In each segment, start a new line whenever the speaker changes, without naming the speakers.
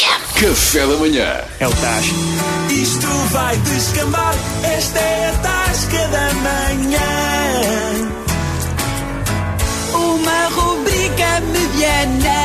Café da manhã.
É o Tash.
Isto vai descambar, esta é a tasca da manhã. Uma rubrica mediana.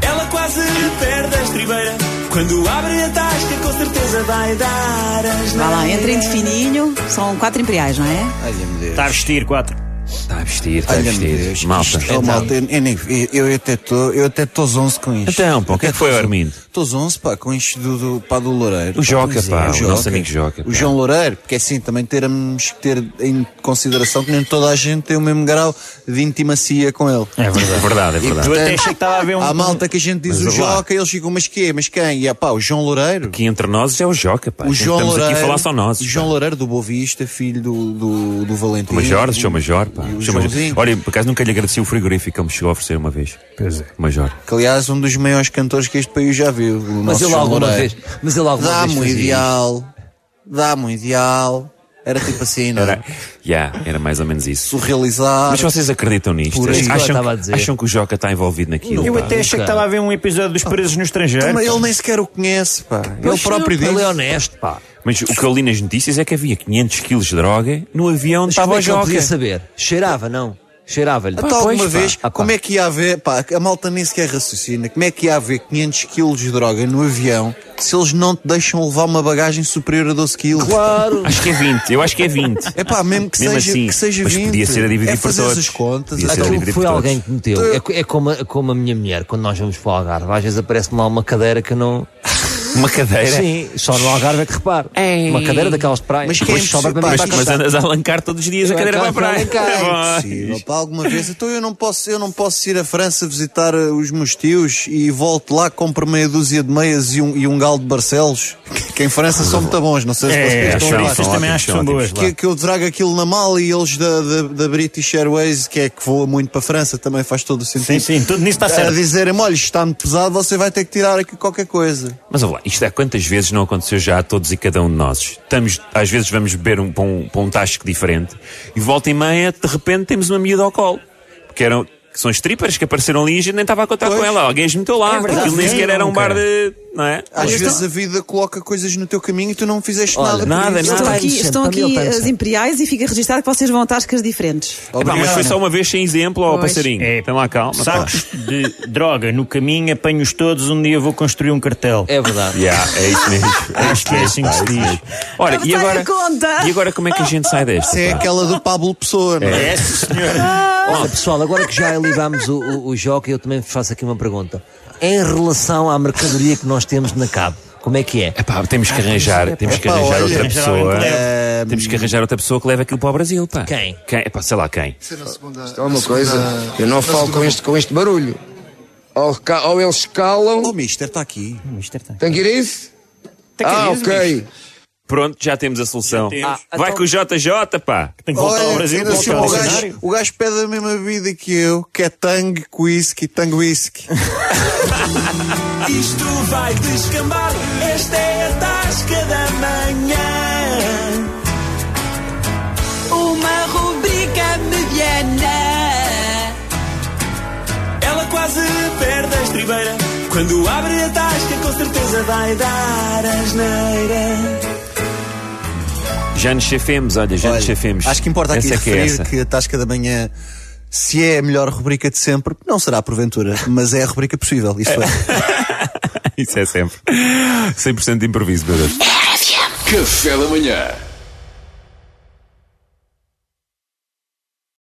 Ela quase perde a estribeira. Quando abre a tasca, com certeza vai dar as
Vá lá, entrem de fininho. São quatro imperiais, não é?
Olha, meu Deus.
Está a vestir quatro.
Está a vestir, está a
Olha, meu
vestir.
Deus.
Malta.
Isto, oh, malta, eu, eu nem- eu- eu até tô- eu até estou zonzo com isto.
Então, pá, o que é que foi, Armindo?
Estou zonzo, pá, com isto do, do, pá, do Loureiro.
O Joca,
pois é,
pá, o nosso amigo Joca,
O
pá.
João Loureiro, porque assim também teremos que ter em consideração que nem toda a gente tem o mesmo grau de intimacia com ele.
É verdade. É verdade, é
Eu
verdade.
até achei que estava a ver um.
Há malta que a gente diz
Mas
o
vá lá.
Joca, eles ficam, mas quê? Mas quem? E ah, pá, o João Loureiro.
Aqui entre nós é o Joca, pá.
O João
Estamos
Loureiro,
aqui a falar só nós.
O João Loureiro do Bovista, filho do, do, do Valentim.
Major, sou Major, pá.
E o
Sou Major.
Joãozinho.
Olha, por acaso nunca lhe agradeci o frigorífico que me chegou a oferecer uma vez. Pois é. Major.
Que, aliás, um dos maiores cantores que este país já viu. o
Mas
nosso
ele
João
alguma
Loureiro.
vez. Mas ele alguma vez.
Dá-me o
fazia isto.
ideal, dá-me o ideal. Era tipo assim, não
Era,
era?
yeah, era mais ou menos isso.
Surrealizar.
Mas vocês acreditam nisto?
Por isso que eu
acham,
estava a dizer.
acham que o Joca está envolvido naquilo?
Eu
pá?
até achei que estava a ver um episódio dos presos no estrangeiro.
Mas ele nem sequer o conhece, pá. Ele
Pois
próprio
não,
diz.
Ele é honesto, pá.
Mas o que eu li nas notícias é que havia 500 quilos de droga no avião onde
Mas
estava
como é
o
que ele
Joca.
podia saber? Cheirava, não? Cheirava-lhe. Ah,
Então, alguma
ah,
vez, como é que ia haver, pá, a malta nem sequer raciocina, como é que ia haver 500 kg de droga no avião se eles não te deixam levar uma bagagem superior a 12 kg?
Claro.
Acho que é 20, eu acho que é 20.
É pá, mesmo que
Mesmo
seja,
assim,
que seja
mas
20.
podia ser a dividir
é
por
fazer
todos.
as contas.
Podia ser a
então,
dividir.
Aquilo foi
todos.
alguém que meteu. É, co- é como, a- como a minha mulher, quando nós vamos para o Algarve, às vezes aparece-me lá uma cadeira que eu não.
Uma
Ah,
cadeira.
Sim, só no Algarve é que reparo. Uma cadeira daquelas de praia.
Mas que é
Depois sobra para mim
impossível,
Mas,
para
mas
cá.
andas a alancar todos os dias a
Eu
cadeira vai
alancar,
para
alancar.
aí.
Possível, pá, alguma vez. Então eu não posso, eu não posso ir a França visitar eh, os meus tios e volto lá, compro meia dúzia de meias e um, e um galo de Barcelos, que em França são muito bons, não sei se vocês
É,
Acho
estão
que são
lá.
chouriças também
ótimos,
acho que
são
são boas.
Que, que eu trago aquilo na mala e eles da, da, da British Airways, que é que voa muito para a França, também faz todo o
Sim,
sentido.
sim, tudo nisso está
A
certo.
dizerem, olha, isto está muito pesado, você vai ter que tirar aqui qualquer coisa.
Mas olha lá, isto é quantas vezes não aconteceu já a todos e cada um de nós? Estamos, às vezes vamos beber um, para, um, para um tasco diferente e volta e meia, de repente, temos uma miúda ao colo. Porque eram, que são strippers que apareceram ali e a gente nem estava a contar
Pois.
com ela. Alguém as meteu lá.
verdade,
Aquilo nem
quem
sequer era um
nunca?
bar de. Não é?
Às
Olha,
vezes
então,
a vida coloca coisas no teu caminho e tu não fizeste nada. por
nada,
isso.
Estão
nada.
aqui,
Pensa,
estão
para mim,
aqui
ele pensa.
as imperiais e fica registado que vocês vão a tascas diferentes.
epá, mas foi só uma vez sem exemplo ao
Pois.
passarinho.
É.
Tem lá calma. pá.
Sacos de droga no caminho, apanho-os todos, um dia vou construir um cartel.
É verdade.
Yeah, é isso mesmo.
Acho que é assim que se diz.
Ora,
Não
e
me
agora,
saia conta.
e agora como é que a gente sai desta?
Essa é
pá?
aquela do Pablo Pessoa, não é?
É, sim, senhor.
Olha, pessoal, agora que já livámos o, o, o Joca, eu também faço aqui uma pergunta. Em relação à mercadoria que nós temos na CAB, como é que é?
Epá,
Ah,
temos que arranjar, temos que
é, Epá,
arranjar
olha,
outra
arranjar alguém
pessoa.
que
leve.
Temos que arranjar outra pessoa que leve aquilo para o Brasil, pá.
Quem?
Epá, sei lá quem.
Isto é uma coisa, eu não falo com este, com este barulho. Ou, ca- ou eles calam,
O Oh, Mister está aqui.
tem que ir a isso?
Tem que
Ah,
dizer, bicho.
ok.
Pronto, já temos a solução.
temos.
Ah,
Vai
então-
com o JJ, pá.
Tem que voltar ao
Olha,
Brasil,
ainda assim,
voltar ao
o, gajo,
cenário.
o gajo pede a mesma vida que eu, que é tangue, whisky, tangue whisky.
Isto vai descambar, esta é a tasca da manhã. Uma rubrica mediana. Ela quase perde a estribeira. Quando abre a tasca, com certeza vai dar asneira.
Já nos chefemos, olha, já nos
Olha,
chefemos.
Acho que importa aqui
Essa é que é
referir
essa.
que a Tasca da Manhã, se é a melhor rubrica de sempre, não será porventura, mas é a rubrica possível, isso é.
Isso é sempre. 100% de improviso, meu Deus.
Café da manhã.